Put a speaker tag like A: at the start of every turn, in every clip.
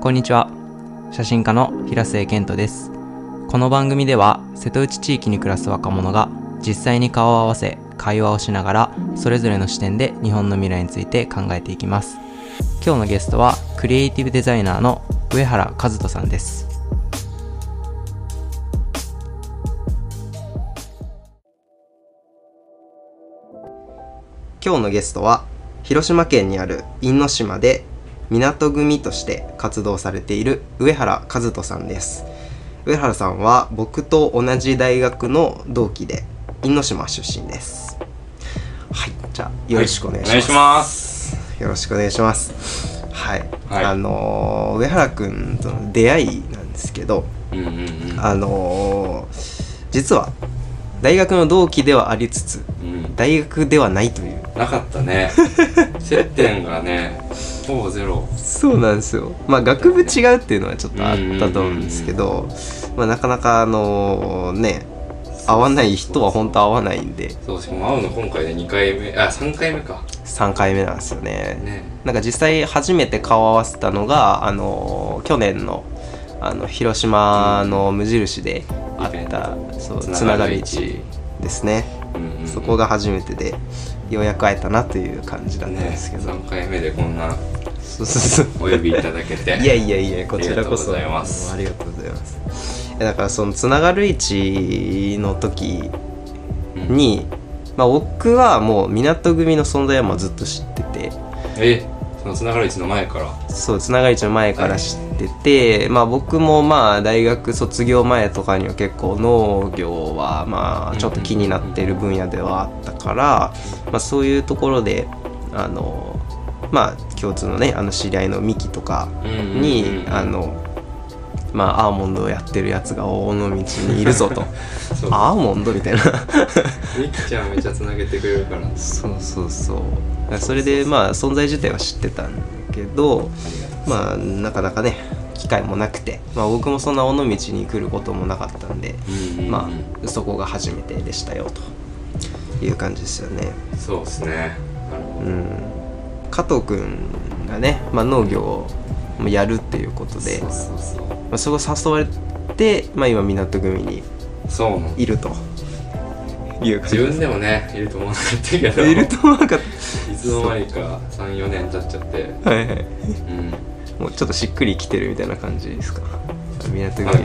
A: こんにちは。写真家の平瀬健人です。この番組では、瀬戸内地域に暮らす若者が、実際に顔を合わせ、会話をしながら、それぞれの視点で日本の未来について考えていきます。今日のゲストは、クリエイティブデザイナーの上原和人さんです。今日のゲストは広島県にある因島で港組として活動されている上原和人さんです上原さんは僕と同じ大学の同期で因島出身ですはいじゃあよろしくお願いします,、
B: はいお願いします
A: よろしくお願いしますはい、
B: はい
A: あのー上原くんとの出会いなんですけど
B: うんうんうん
A: あのー実は大学の同期ではありつつ
B: うん
A: 大学ではないという
B: なかったね接点がねほぼゼロ
A: そうなんですよまあ学部違うっていうのはちょっとあったと思うんですけど、まあ、なかなかあのね合わない人は本当合わないんで
B: そうしかも会うの今回で2回目あ三3回目か
A: 3回目なんですよね
B: ね
A: なんか実際初めて顔を合わせたのがあの去年のあの広島の無印であったそう
B: つ
A: つ
B: な
A: な
B: が
A: が
B: る
A: り
B: 市
A: 市ですね
B: うんうん
A: そこが初めてでようやく会えたなという感じだったん
B: ね
A: ですけど、
B: 3回目でこんな
A: そうそうそう
B: お呼びいただけて
A: いやいやいやこちらこそ
B: ありがとうございます
A: ありがとうございますいやだからそのつながる市の時
B: うん
A: に、まあ、僕はもう港組の存在はもうずっと知ってて
B: えそのつながる市の前から
A: そうつながる市の前から知ってて、まあ僕もまあ大学卒業前とかには結構農業はまあちょっと気になってる分野ではあったから、まあ、そういうところであのまあ共通のねあの知り合いのミキとかに、あのまあアーモンドをやってるやつが大野道にいるぞと
B: そう
A: アーモンドみたいな
B: みきちゃんめっちゃつなげてくれるからあ
A: そうそうそうそれでまあ存在自体は知ってたんだけど
B: りがとう
A: まあなかなかね機会もなくて、まあ、僕もそんな尾道に来ることもなかったんで、
B: うんうんうん
A: まあそこが初めてでしたよという感じですよね
B: そうですねなるほ
A: う
B: ど
A: ん加藤くんがね、まあ、農業をやるっていうことで
B: そうそうそう
A: まあ、そこ誘われて、まあ、今港組に
B: そうなの
A: いるという感
B: 自
A: じ
B: 分でもねいると思わなかったけど
A: いると思わなかっ
B: いつの間にか34年経っちゃって
A: たはいはい
B: うん
A: もうちょっとしっくりきてるみたいな感じですか港組
B: ま
A: は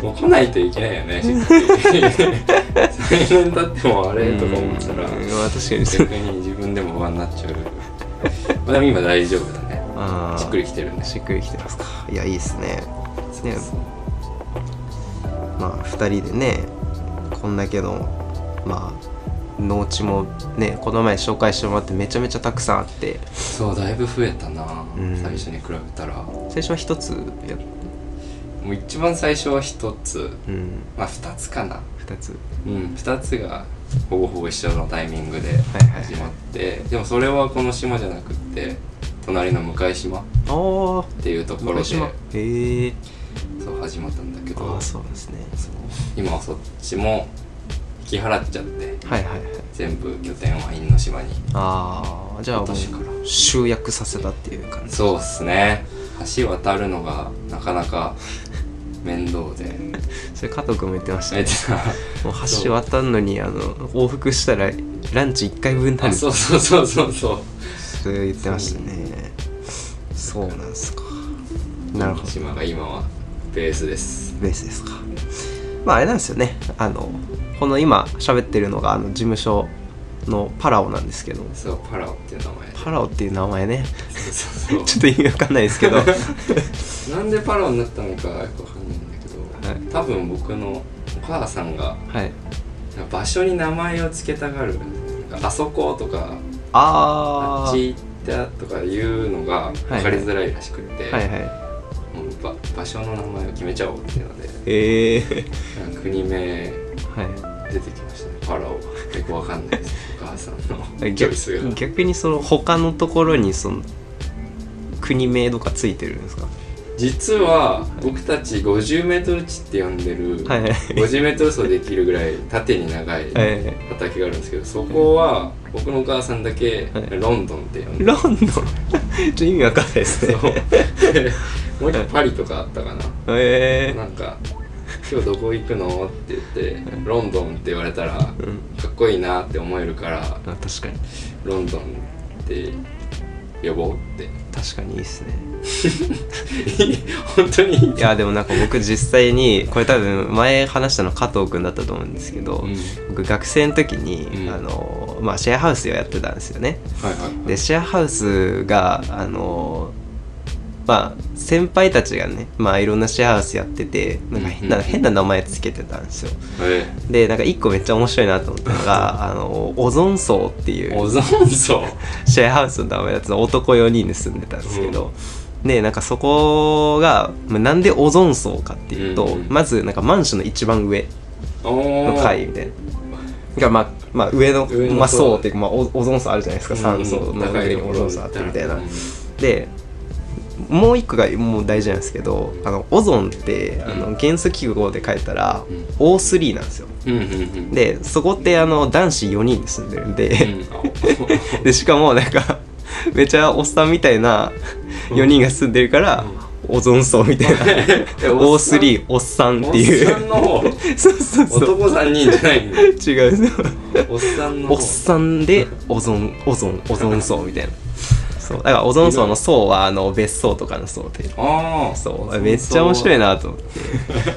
B: あもう来ないといけないよねしっかり3年経ってもあれとか思ったら
A: うん
B: 逆
A: まあ確かにそう
B: に自分でも不安になっちゃうまあでも今大丈夫だね
A: あー
B: しっくりきてるね
A: しっくりきてますかいやいいですね
B: そうそう
A: まあ2人でねこんだけのまあ農地もねこの前紹介してもらってめちゃめちゃたくさんあって
B: そうだいぶ増えたな
A: うん
B: 最初に比べたらも
A: 最初は1つや
B: う一番最初は1つ
A: うん
B: まあ2つかな
A: 2つ
B: うん、2つがほぼほぼ一緒のタイミングで
A: はいはい
B: 始まって、でもそれはこの島じゃなくって隣の向島っ
A: ああ
B: ていうところでそ
A: 島へえ
B: う始まったんだけ
A: あ
B: ど
A: あそうなんですね
B: 今はそっちも引き払っちゃって
A: はいはいはい
B: 全部拠点は因島に
A: ああじゃあ
B: 今
A: もう
B: 年から
A: 集約させたっていう感じ
B: そうっすね橋渡るのがなかなか 面倒で
A: それ加藤君も言ってました
B: えっ
A: ね
B: とさ
A: もう橋渡るのにあの往復したらランチ1回分にな
B: あ
A: る
B: そうそうそうそうそう
A: それ言ってましたねそうなんですかなるほど
B: 島が今はベースです
A: ベースですかまああれなんですよねあのこの今喋ってるのがあの事務所のパラオなんですけど
B: そうパラオっていう名前
A: パラオっていう名前ね
B: そうそう
A: ち
B: そ
A: ょ
B: う
A: っと意味わかんないですけ ど
B: なんでパロになったのかよくわかんないんだけど、
A: はい
B: 多分僕のお母さんが
A: はい
B: 場所に名前を付けたがるなんかあそことか
A: あ
B: あっ
A: あ
B: ち行ったとかいうのが分かりづらいらしくて、
A: はいはい
B: もうば場所の名前を決めちゃおうっていうので
A: ええ
B: なんか国名
A: はい
B: 出てきましたねパラオよくわかんないですお母さんのチョ
A: 逆
B: イスが
A: 逆にその他のところにその国名とかついてるんですか
B: 実は僕たち 50m 地って呼んでる、
A: はいはい
B: 50m 走できるぐらい縦に長い
A: はいはい
B: 畑があるんですけどそこは僕のお母さんだけ
A: はい
B: ロンドンって呼んでる、
A: ロンドンちょっと意味わかんないです
B: そう
A: ね
B: でもう一個パリとかあったかな
C: え
B: なんか「今日どこ行くの?」って言って「ロンドン」って言われたらか
C: えうん
B: っこいいなって思えるから
C: あ確かに
B: 「ロンドン」って呼ぼうって
C: 確かにいいっすね
B: 本当にいい
C: いやでもなんか僕実際にこれ多分前話したの加藤君だったと思うんですけど、
B: うん
C: 僕学生の時に、
B: うん
C: あのまあ、シェアハウスをやってたんですよね
B: はいはい
C: でシェアハウスがあのまあ先輩たちがねまあいろんなシェアハウスやっててなんか変な,、
B: うん
C: 変な名前つけてたんですよ
B: え
C: でなんか一個めっちゃ面白いなと思ったのがあのオゾン層ってい
B: え
C: う
B: オゾン層
C: シェアハウスの名前だと男4人で住んでたんですけど、でなんかそこがまあなんでオゾン層かっていうと、
B: うんうん
C: まずなんかマンションの一番上
B: お
C: の
B: ー
C: 階みたいな。がまあまあ、上の
B: 上の層
C: まあ、層っていうか、まあ、オオゾン層あるじゃないですか、
B: う
C: 3
B: ん
C: 層の
B: 高い
C: 上に
B: とこ
C: オ
B: ろ
C: ゾン層あってみたいな
B: うん、
C: でもう一個がもう大事なんですけどあのオゾンってあ
B: う
C: の元素記号で書いたら
B: うん
C: O3 なんですよ
B: うんうんうん
C: でそこってあの男子4人で住んでるん で、
B: う
C: でしかもなんかめちゃおっさんみたいな4人が住んでるから、オゾン層みたいな O3 おっさん
B: ん
C: ってい
B: おっさん
C: う
B: の方
C: そうそうそう
B: 男三人じゃないんだ
C: 違うそう
B: おっさんの方
C: おっさんでオゾンオゾンオゾン層みたいなそうだからオゾン層の層はあの別荘とかの層で
B: ああ
C: そうめっちゃ面白いなと思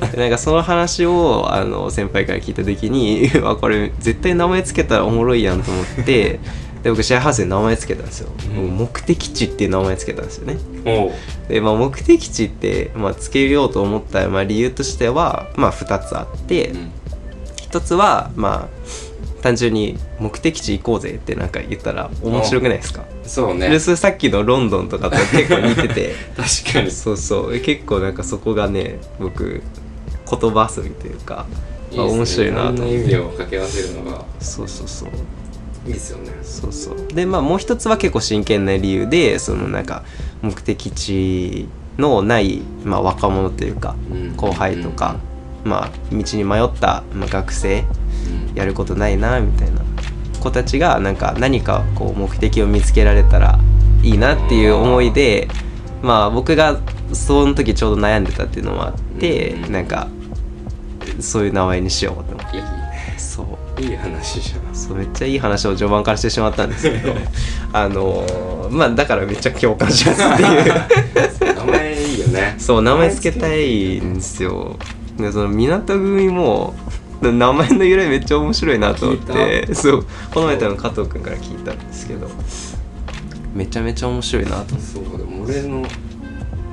C: ってなんかその話をあの先輩から聞いた時に うわこれ絶対名前つけたらおもろいやんと思ってで僕シェアハウスに名前つけたんですよ、
B: うん
C: もう目的地っていう名前つけたんですよね
B: おう
C: で、まあ、目的地って、まあ、つけようと思った、まあ、理由としては、まあ、2つあって
B: うん
C: 1つはまあ単純に目的地行こうぜってなんか言ったら面白くないですか、
B: そう
C: で
B: ね
C: それさっきのロンドンとかと結構似てて
B: 確かに
C: そうそう結構なんかそこがね僕言葉遊びというかまあ面白いな
B: と
C: と
B: んな意味を掛け合わせるのが
C: そうそうそう
B: いいですよね
C: そうそうでまあもう一つは結構真剣な理由でそのなんか目的地のない、まあ、若者というか
B: うん
C: 後輩とか、まあ道に迷った、まあ、学生やることないなみたいな子たちがなんか何かこう目的を見つけられたらいいなっていう思いでまあ僕がその時ちょうど悩んでたっていうのもあって
B: うん
C: なんかそういう名前にしようと思って
B: いい
C: そう
B: いい話じゃん
C: そうめっちゃいい話を序盤からしてしまったんですけどあのーまあだからめっちゃ共感しますっていう
B: 名前いいよね
C: そう名前つけたいんですよでその港組も名前の由来めっちゃ面白いなと思って
B: 聞い
C: そうこの前多分加藤君から聞いたんですけどめちゃめちゃ面白いなと思っ
B: そうでも俺の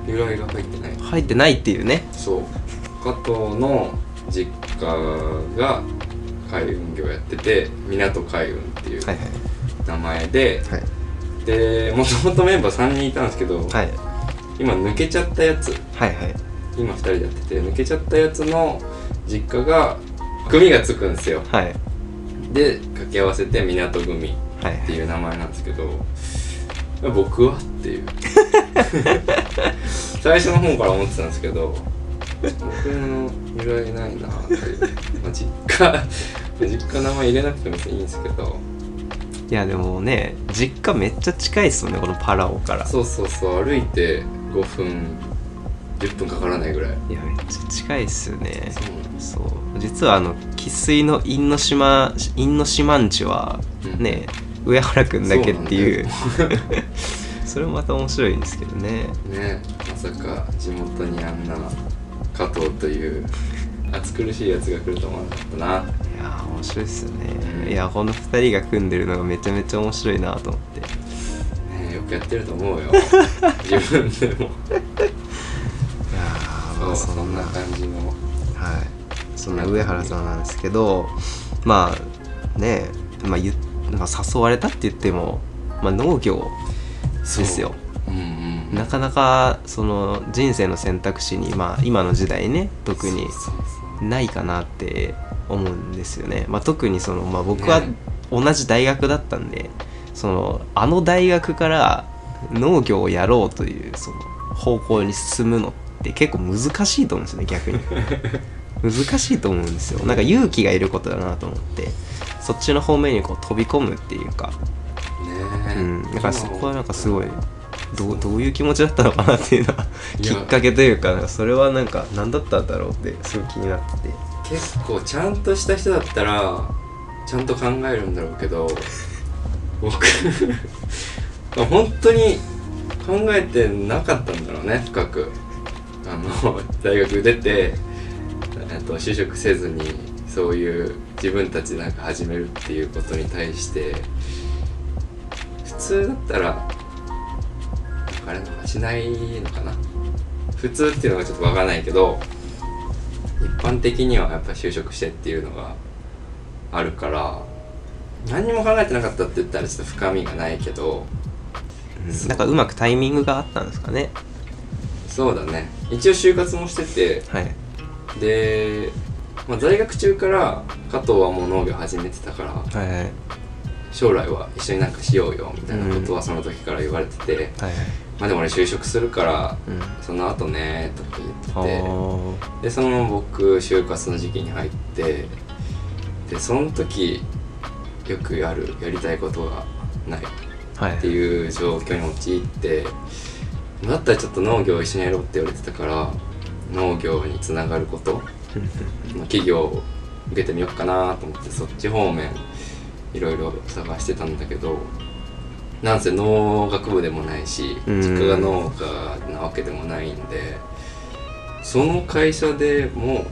B: 由来が入ってない
C: て入ってないっていうね
B: そう加藤の実家が海運業やってて港海運っていう
C: はい
B: 名前で、
C: はい
B: でもともとメンバー3人いたんですけど、
C: はい
B: 今抜けちゃったやつ
C: はいはい
B: 今2人でやってて抜けちゃったやつの実家が組がつくんですよ
C: はい
B: で掛け合わせて港組っ
C: はい
B: ていう名前なんですけど僕はっていう最初の方から思ってたんですけど僕の由来ないなっていう、まあ、実家実家名前入れなくても別にいいんですけど
C: いやでもね実家めっちゃ近いっすよねこのパラオから
B: そうそうそう歩いて5分10分かからないぐらい
C: いやめっちゃ近いっすよね
B: そうなんです
C: そう実はあの生粋の因島因島んちは
B: うん
C: ね、上原くんだけっていう
B: そうなんだよ
C: それもまた面白いんですけどね
B: ねまさか地元にあんな加藤という暑苦しいやつが来ると思わなかったない
C: やー面白いっすよ
B: うん
C: ねいやこの2人が組んでるのがめちゃめちゃ面白いなと思って
B: ねえよくやってると思う よ自分でもそ
C: いやーまあ
B: う
C: そ
B: そ
C: ん
B: ん
C: な
B: な
C: はい
B: 感じの
C: そんな上原さんなんですけどまあねえ、まあ、ゆまあ誘われたって言っても、まあ、農業
B: そう
C: ですよ
B: うんうん
C: なかなかその人生の選択肢に、まあ、今の時代ね特に
B: そうそうそう
C: ないかなって思うんですよね、まあ、特にその、まあ、僕は
B: ね
C: 同じ大学だったんで、そのあの大学から農業をやろうというその方向に進むのって結構難しいと思うんですよね逆に難しいと思うんですよなんか勇気がいることだなと思ってそっちの方面にこう飛び込むっていうか、
B: ね
C: う
B: え
C: ん、だからそこはなんかすごいどうどういう気持ちだったのかなっていうのは
B: い
C: き
B: や
C: っかけというかなんかそれはなんか何だったんだろうってすごい気になってて
B: 結構ちゃんとした人だったらちゃんと考えるんだろうけど僕 本当に考えてなかったんだろうね深くあの大学出てえっと就職せずにそういう自分たちでなんか始めるっていうことに対して普通だったらなんかあれなんかしないのかな普通っていうのがちょっとわからないけど一般的にはやっぱ就職してっていうのがあるから何にも考えてなかったって言ったらちょっと深みがないけど、うん
C: なんかうまくタイミングがあったんですかね
B: そうだね一応就活もしてて
C: はい
B: で、まあ、在学中から加藤はもう農業始めてたから
C: はいはいはい
B: 将来は一緒になんかしようよみたいなことはその時から言われてて、まあでも俺就職するから
C: うん
B: その後ねとか言ってて
C: は
B: でそのまま僕就活の時期に入ってでその時よくやるやりたいことがない
C: あは
B: って
C: い
B: いう状況に陥ってだったらちょっと農業を一緒にやろうって言われてたから農業につながる ことまあ企業を受けてみようかなと思ってそっち方面いろいろ探してたんだけどなんせ農学部でもないし
C: うん
B: 実家が農家なわけでもないんでその会社でも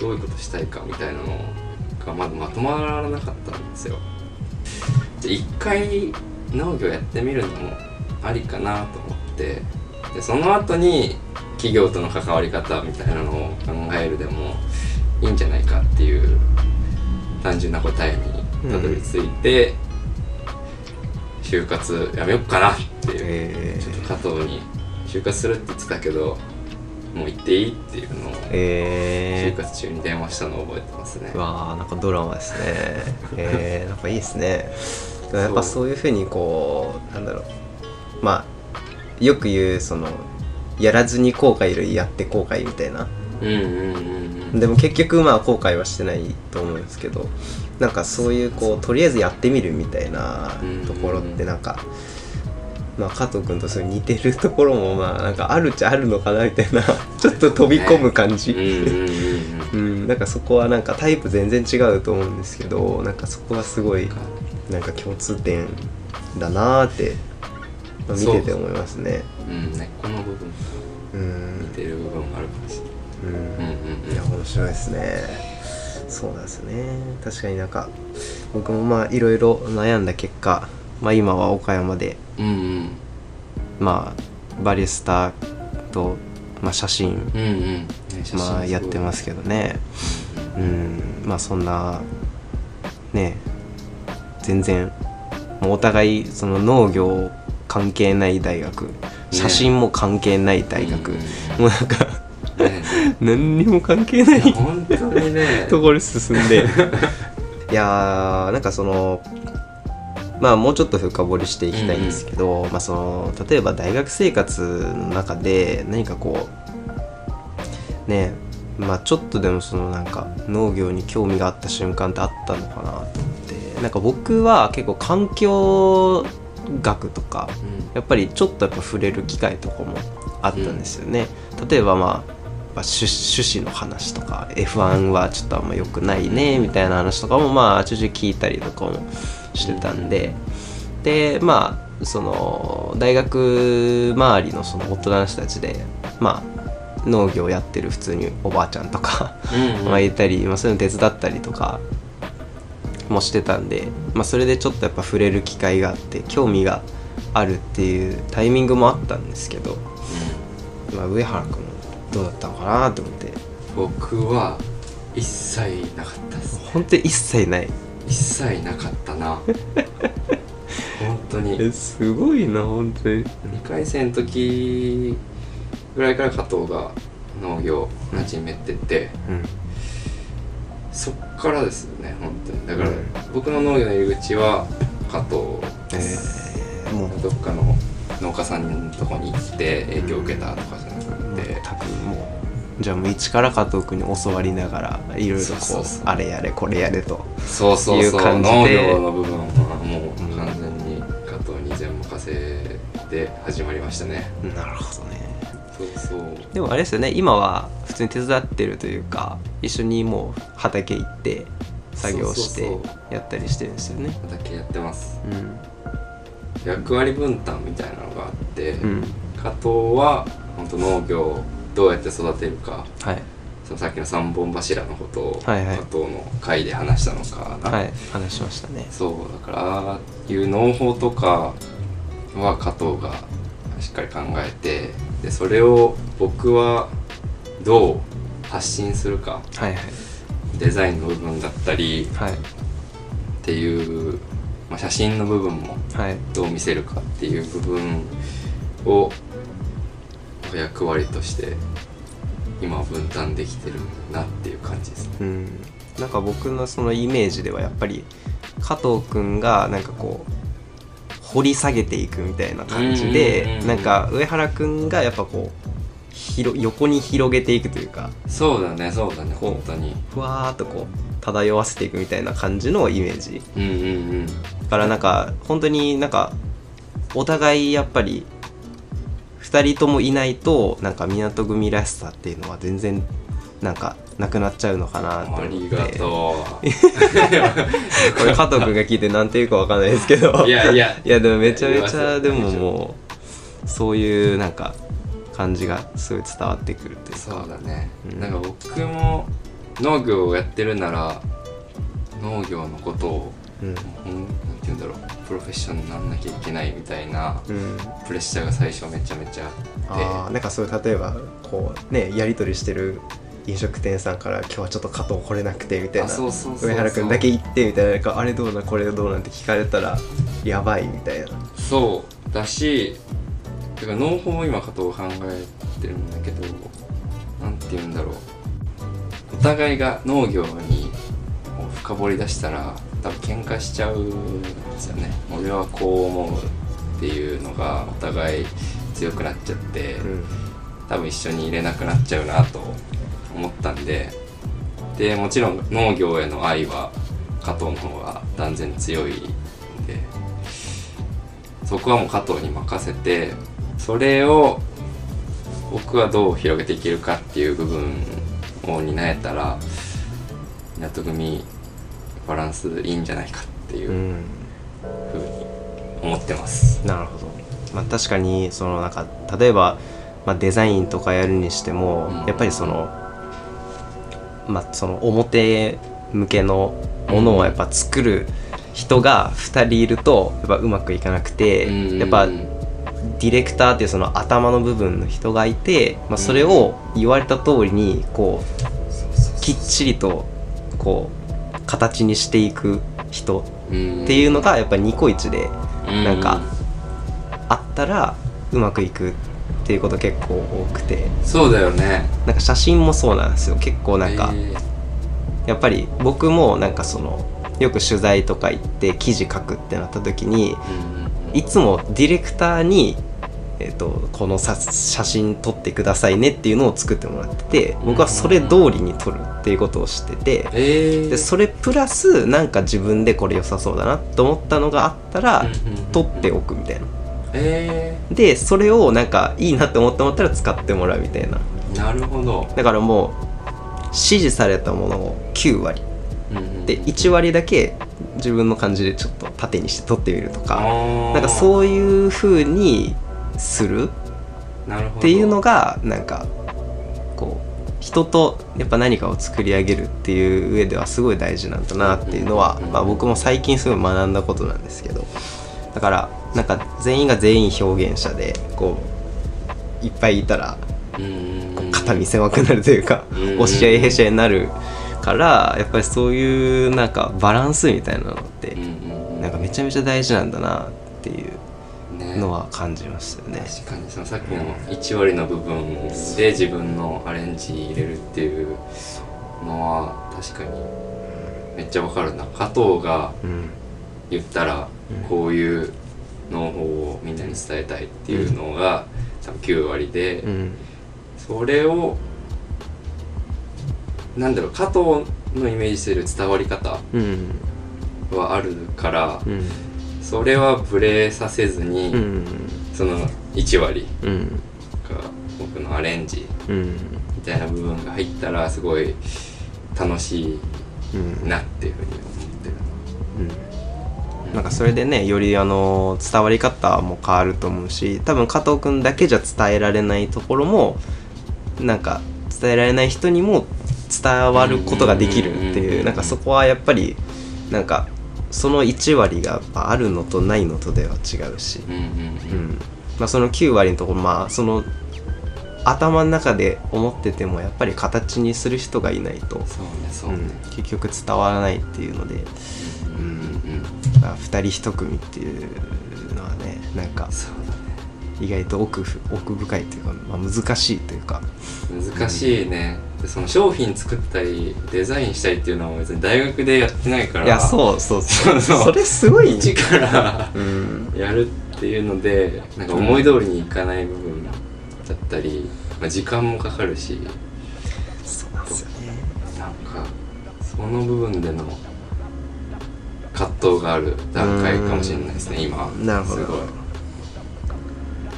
B: うどういうことしたいかみたいなのがまだまとまらなかったんですよ。で一回農業やってみるのもありかなと思ってでその後に企業との関わり方みたいなのを考えるでもいいんじゃないかっていう単純な答えにたどり着いて、就活やめよっかなっていう、
C: え
B: ちょっと
C: ー
B: 加藤に「就活するって言ってたけどもう行っていい?」っていうのを就
C: え
B: 活中に電話したのを覚えてますね
C: ー、う。わあなんかドラマですねえ ー、なんかいいですねやっぱそういうふうにこうなんだろうまあよく言うそのやらずに後悔よりやって後悔みたいな
B: うんうんうんうん
C: でも結局まあ後悔はしてないと思うんですけどなんかそういうこうとりあえずやってみるみたいなところってなんか、まあ、加藤君とそれ似てるところもまあなんかあるっちゃあるのかなみたいな ちょっと飛び込む感じ、
B: うんうんうんうん
C: うん、なんかそこはなんかタイプ全然違うと思うんですけどなんかそこはすごいなんか共通点だなーって、まあ見てて思いますね。
B: うん、根っこの部分が
C: う
B: 似
C: ん
B: てる部分があるかもしれない。
C: うん
B: うんうんうん
C: いや面白いですねそうなんですね確かになんか僕もまあいろいろ悩んだ結果、まあ、今は岡山で、
B: うん
C: まあ、バリスタと、まあ、写真
B: うんうんうん。。
C: まあ、やってますすけどねうんまあそんなね全然もうお互いその農業関係ない大学写真も関係ない大学、
B: うん
C: もうなんか
B: ね
C: 何にも関係ない
B: いや本当にね。
C: ところ進んでいやーなんかそのまあもうちょっと深掘りしていきたいんですけど、まあ、その例えば大学生活の中で何かこうねまあちょっとでもそのなんか農業に興味があった瞬間ってあったのかなと思ってなんか僕は結構環境学とかやっぱりちょっとやっぱ触れる機会とかもあったんですよね、例えばまあまあ種種子の話とか F1 はちょっとあんま良くないねみたいな話とかもまあちょいちょい聞いたりとかもしてたんで、でまあその大学周りのその大人の人たちでまあ農業やってる普通におばあちゃんとか
B: うんうん
C: まあ、いたり、まあ、そういうの手伝ったりとかもしてたんで、まあ、それでちょっとやっぱ触れる機会があって興味があるっていうタイミングもあったんですけど、まあ、上原君どうだったのかなと思って
B: 僕は一切なかったです。
C: 本当に一切ない
B: 一切なかったな。本当に。
C: すごいな本当に
B: 2回生の時ぐらいから加藤が農業を始めてて、
C: うん
B: そっからですよね、本当に。だから
C: うん
B: 僕の農業の入り口は加藤です。
C: えー、もう
B: どっかの農家さんのとこに行って影響を受けたとかじゃなくて、
C: 多分もうじゃあもう一から加藤君に教わりながらいろいろ
B: そう
C: こ
B: そううそう
C: あれやれこれやれと
B: そうそう
C: いう
B: そう
C: 感じ
B: 農
C: で
B: 業の部分はもう完全に加藤に全部任せて始まりましたね
C: なるほどね
B: そうそう
C: でもあれですよね今は普通に手伝ってるというか一緒にもう畑行って作業し
B: そ
C: て
B: うそう
C: やったりしてるんですよね
B: 畑やってます
C: うん
B: 役割分担みたいなのがあって、
C: うん
B: 加藤は本当農業をどうやって育てるか
C: はい
B: そのさっきの三本柱のことを
C: は
B: 加
C: いはい
B: 藤の会で話したのかな、
C: はい話しましたね
B: そうだからああいう農法とかは加藤がしっかり考えてでそれを僕はどう発信するか
C: はいはい
B: デザインの部分だったり
C: はい
B: っていう、まあ、写真の部分も
C: はい
B: どう見せるかっていう部分を役割として今分担できてるなっていう感じですね。
C: うんなんか僕のそのイメージではやっぱり加藤くんがなんかこう掘り下げていくみたいな感じ
B: うんうんうん
C: で
B: うん
C: なんか上原くんがやっぱこう広横に広げていくというか
B: そうだねそうだね
C: こう
B: 本当に。
C: ふわーっとこう漂わせていくみたいな感じのイメージ
B: うんうん
C: だからなんか本当になんかお互いやっぱり2人ともいないとなんか港組らしさっていうのは全然なんかなくなっちゃうのか
B: うん。
C: なと思
B: あ
C: って
B: りがと
C: これ加藤君が聞いてなんていうかわかんないですけど
B: う。いやいや
C: いやでもめちゃめちゃ
B: いや
C: で
B: いや
C: ももうそういうなんか感じがすごい伝わってくるというか
B: そうだね、
C: うん
B: なんか僕も農業をやってるなら農業のことを
C: うん
B: うんなんて言うんだろうプロフェッショナルになんなきゃいけないみたいな
C: うん、
B: プレッシャーが最初めちゃめちゃあ
C: あ
B: っ
C: ーなんかそういう例えばこうねやり取りしてる飲食店さんから今日はちょっと加藤来れなくてみた
B: て
C: い
B: あ
C: な
B: そうそうそうそう
C: 上原君だけ行ってみたいななんかあれどうなこれどうなんて聞かれたらやばいみたいな
B: そうだしてか農法も今加藤考えてるんだけどなんて言うんだろうお互いが農業にこう深掘り出したら多分喧嘩しちゃうんですよね俺はこう思うっていうのがお互い強くなっちゃって、
C: うん
B: 多分一緒にいれなくなっちゃうなと思ったんででもちろん農業への愛は加藤の方が断然強いんでそこはもう加藤に任せてそれを僕はどう広げていけるかっていう部分を担えたら港組バランスいいんじゃないかっていうううんふうに思ってます。
C: なるほど、まあ、確かにそのなんか例えば、まあ、デザインとかやるにしても、
B: うん
C: やっぱりその,、まあ、その表向けのものをやっぱ作る人が2人いるとやっぱうまくいかなくて、
B: うん
C: やっぱディレクターっていうその頭の部分の人がいて、まあ、それを言われた通りにこうきっちりとこう形にしていく人っていうのがやっぱニコイチでなんかあったらうまくいくっていうこと結構多くて
B: そうだよね
C: なんか写真もそうなんですよ結構なんか、
B: えー
C: やっぱり僕もなんかそのよく取材とか行って記事書くってなった時にいつもディレクターに、えっとこのさ写真撮ってくださいねっていうのを作ってもらってて僕はそれ通りに撮るっていうことをしてて。
B: えー、
C: でそれプラスなんか自分でこれ良さそうだなと思ったのがあったら撮っておくみたいな
B: え
C: でそれをなんかいいなって思った思ったら使ってもらうみたいな
B: ー、なるほど、
C: だからもう指示されたものを9割
B: うんうんうん
C: で1割だけ自分の感じでちょっと縦にして取ってみるとか
B: あ
C: なん
B: う
C: かそういう風にするっ
B: って
C: いうのがなんかこう人とやっぱ何かを作り上げるっていう上ではすごい大事なんだなっていうのは、まあ、僕も最近すごい学んだことなんですけどだからなんか全員が全員表現者でこういっぱいいたら肩身狭くなるというか
B: うん
C: 押し合いへし合いになるからやっぱりそういうなんかバランスみたいなのってなんかめちゃめちゃ大事なんだなっていうの
B: は
C: は感じましたよね。
B: 確かにそのさっきの1割の部分で自分のアレンジ入れるっていうのは確かにめっちゃわかるな加藤が
C: うん
B: 言ったら
C: うん
B: こういう農法をみんなに伝えたいっていうのが多分9割で、
C: うん
B: それをなんだろう加藤のイメージしてる伝わり方
C: うん
B: はあるから
C: うん
B: それはブレさせずに、
C: うん
B: その1割
C: うん
B: が僕のアレンジ
C: うん
B: みたいな部分が入ったらすごい楽し
C: うん
B: いなっていうふうに思ってる
C: うん、なんかそれでねよりあの伝わり方も変わると思うし多分加藤君だけじゃ伝えられないところもなんか伝えられない人にも伝わることができるって
B: うんうんうん
C: い
B: うん
C: うなんかそこはやっぱりなんかその1割がやっぱあるのとないのとでは違うし、
B: うん
C: う
B: うん
C: んまあ、その9割のところまあその頭の中で思っててもやっぱり形にする人がいないと、
B: そうねそううね
C: ん、結局伝わらないっていうので。
B: うんうんうん
C: まあ、2人1組っていうのはねなんか
B: そう
C: 意外と奥ふ奥深いというか、まあ、難しいというか
B: だね難しいねでその商品作ったりデザインしたりっていうのは別に大学でやってないから
C: いやそうそうそ
B: そうう そう
C: それすごいね
B: 一から
C: うん
B: やるっていうのでなんか思い通りにいかない部分だったり、まあ、時間もかかるし
C: そうなんですよね
B: なんかその部分での葛藤がある段階かもしれないですね今
C: なるほど
B: すご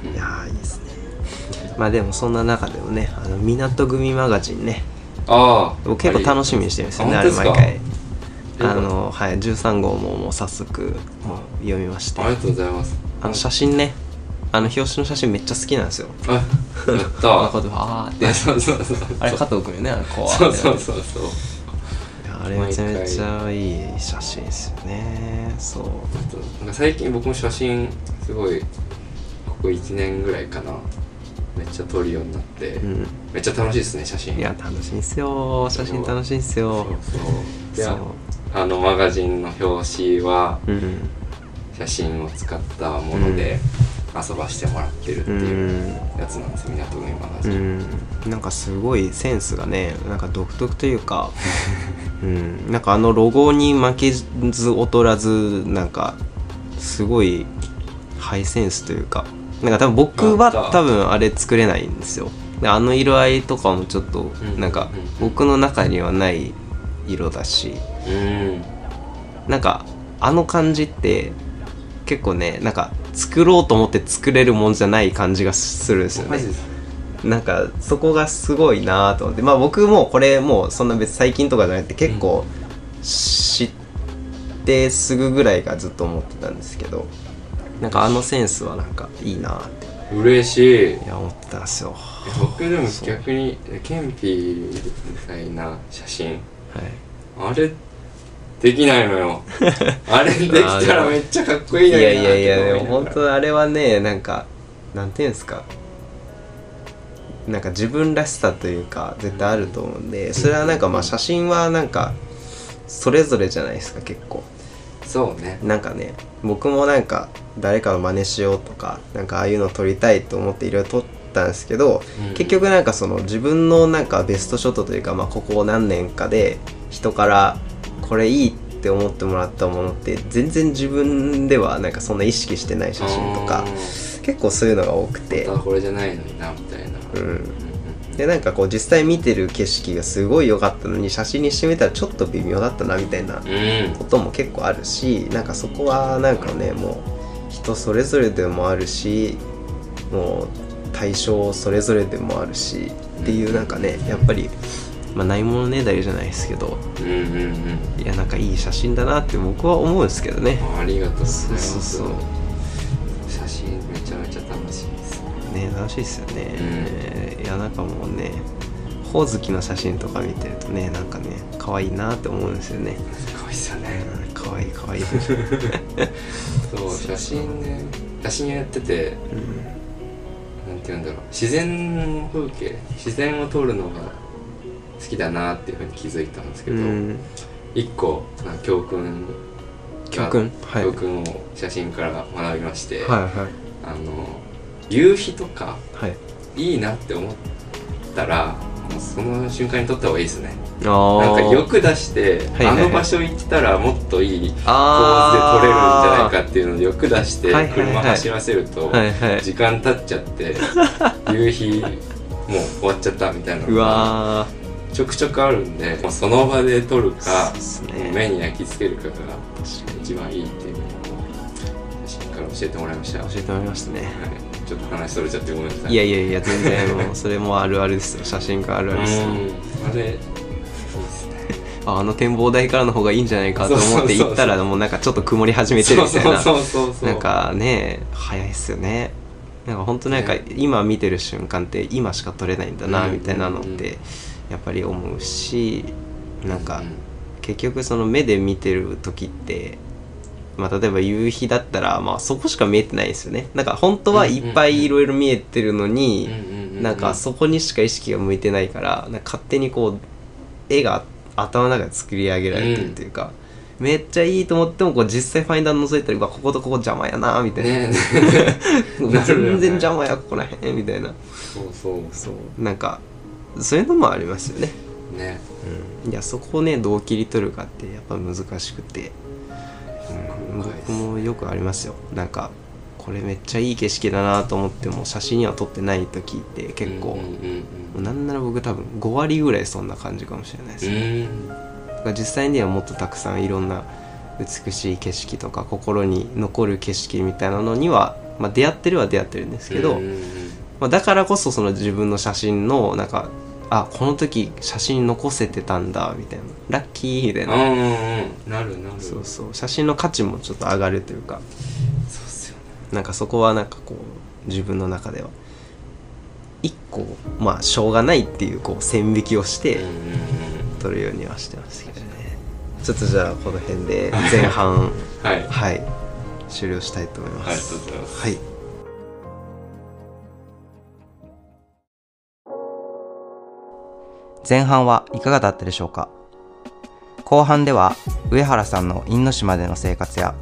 B: い
C: いやーいいですねまあでもそんな中でもねあの港組マガジンね
B: ああ
C: 僕結構楽しみにしてるんですよね
B: あ
C: あ
B: 本
C: れ
B: 当です
C: 毎
B: か
C: 回
B: よか
C: あ
B: った
C: の、はい、13号ももう早速もう読みまして
B: ありがとうございます
C: あの写真ねあの表紙の写真めっちゃ好きなんですよ
B: あやった
C: あ
B: わ
C: こうやってわーって
B: で そうそうそうそう
C: あれ加藤君よねあのこう
B: そうそうそうそう
C: いやあれめちゃめちゃいい写真ですよねそう
B: あとなんか最近僕も写真すごいここ1年ぐらいかなめっちゃ撮るようになって、
C: うん
B: めっちゃ楽しいですね写真
C: いや楽しいんすよ写真楽しいんす
B: そう
C: よ
B: そうで
C: そ
B: あのマガジンの表紙は
C: ううん
B: 写真を使ったもので遊ばしてもらってるって
C: う
B: いうんやつなんです港のマガ
C: う
B: ジン、
C: んなんかすごいセンスがねなんか独特という かうんなんかあのロゴに負けず劣らずなんかすごいハイセンスというかなんか多分僕
B: やっ
C: は
B: た
C: 多分あれ作れないんですよであの色合いとかもちょっと
B: うん
C: なんか
B: うんうん
C: 僕の中にはない色だし
B: うん
C: なんかあの感じって結構ねなんか作ろうと思って作れるもんじゃない感じがするんですよ
B: マ
C: ね
B: ジです
C: なんかそこがすごいなと思ってまあ僕もこれもうそんな別に最近とかじゃなくて結構知ってすぐぐらいがずっと思ってたんですけどなんかあのセンスはなんかいいなって
B: 嬉しい
C: いや思ってたんですよは
B: 僕でも逆にケンピみたいな写真あれできないの よあれできたらめっちゃかっこ
C: い
B: いい
C: い
B: の
C: や
B: にない
C: やいやで
B: と
C: も
B: 思い
C: 本
B: ながら
C: 当あれはねなんかなんていうんですかなんか自分らしさというか絶対あると思うんでそれはなんかまあ写真はなんかそれぞれじゃないですか結構
B: そうね
C: なんかね僕もなんか誰かの真似しようとかなんかああいうの撮りたいと思っていろいろ撮ったんですけど、
B: うん
C: 結局なんかその自分のなんかベストショットというか、まあ、ここ何年かで人からこれいいって思ってもらったものって全然自分ではなんかそんな意識してない写真とか
B: あー
C: 結構そういうのが多くて
B: またこれじゃないのになみたいな、
C: う
B: うん
C: ん
B: うん
C: でなんかこう実際見てる景色がすごい良かったのに写真にしてみたらちょっと微妙だったなみたいな
B: うん
C: ことも結構あるしなんかそこはなんかねもう人それぞれでもあるしもう対象それぞれでもあるしっていうなんかねやっぱり、まあ、ないものねだりじゃないですけど
B: うんうんうん
C: いやなんかいい写真だなって僕は思うんですけどね
B: ありがとうございます
C: そうそうそう
B: 写真めちゃめちゃ楽しいです
C: ね楽しいですよね、いやなんかもうねほおずきの写真とか見てるとねなんかね可愛いなって思うんですよね
B: すごいっすよね
C: うん可愛い可愛い
B: そう写真ね写真やってて
C: うん
B: なんて言うんだろう自然の風景自然を撮るのが好きだなっていうふうに気づいたんですけど、
C: うん
B: 一個なんか教訓が
C: 教訓はい
B: 教訓を写真から学びまして、
C: はいは
B: あの夕日とか
C: いはい
B: いいなって思ったらもうその瞬間に撮った方がいいですねなん
C: あ
B: か
C: ー
B: 欲出して、
C: はいはいはい
B: あの場所行ったらもっといい構図で撮れるんじゃ
C: あ
B: ないかっていうので欲出して
C: はいはいはい
B: 車走らせると
C: はいはい
B: 時間経っちゃって 夕日もう終わっちゃったみたいなの
C: う
B: が
C: わ
B: ちょくちょくあるんでもうその場で撮る
C: ー
B: か
C: そうっす
B: もう
C: ね
B: 目に焼き付けるかが一番いいっていうのを写真から教えてもらいました。はい
C: 教えてもらいましたね
B: ちょっと話それちゃってごめんなさい
C: いやいやいや全然もうそれもあるあるですよ写真があるあるですよ
B: うんあれいいですね
C: ああの展望台からの方がいいんじゃないかと思って行った
B: そうそうそう
C: らもうなんかちょっと曇り始めてるみたいな
B: そうそうそうそう
C: なんかね早いっすよねなんか本当なんか
B: ね
C: 今見てる瞬間って今しか撮れないんだな
B: うん
C: みたいなのっ
B: うんうん
C: てやっぱり思うしなんか
B: うん
C: 結局その目で見てる時ってまあ例えば夕日だったらまあそこしか見えてないですよねなんか本当はいっぱいいろいろ見えてるのに
B: うんうんうんうん
C: なんかそこにしか意識が向いてないからなんか勝手にこう絵が頭の中で作り上げられてるっていうか、めっちゃいいと思ってもこう実際ファインダー覗いたらうわこことここ邪魔やなみたいな、
B: ねなる
C: 全
B: よね
C: 然邪魔やここらへんみたいな
B: そうそう
C: そうなんかそういうのもありますよね、
B: ね
C: うん、いやそこをねどう切り取るかってやっぱ難しくて、うん、
B: 深いっす
C: 僕もよくありますよなんかこれめっちゃいい景色だなと思っても写真には撮ってない時って結構、
B: うんうんうん
C: もうなんなら僕多分5割ぐらいそんな感じかもしれないです、
B: う
C: ね
B: ん
C: だから実際にはもっとたくさんいろんな美しい景色とか心に残る景色みたいなのには、まあ、出会ってるは出会ってるんですけど、
B: うんうんうん
C: まあ、だからこそその自分の写真のなんかあこの時写真残せてたんだみたいなラッキーみたい
B: うんう
C: なん
B: うんなるなる
C: そうそう写真の価値もちょっと上がるというか
B: そうっすよね
C: なんかそこはなんかこう自分の中では一個まあしょうがないっていうこう線引きをして、
B: うんうんうん
C: 取るようにはしてますけどねちょっとじゃあこの辺で前
B: は
C: 半
B: いありが
C: はい終了したいと思いま
B: と
C: す
B: うございます
C: はい
A: 前半はいかがだったでしょうか後半では上原さんの因島での生活や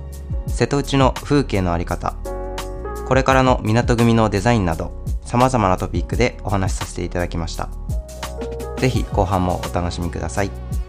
A: 瀬戸内の風景のあり方これからの港組のデザインなどさまざまなトピックでお話しさせていただきました是非後半もお楽しみください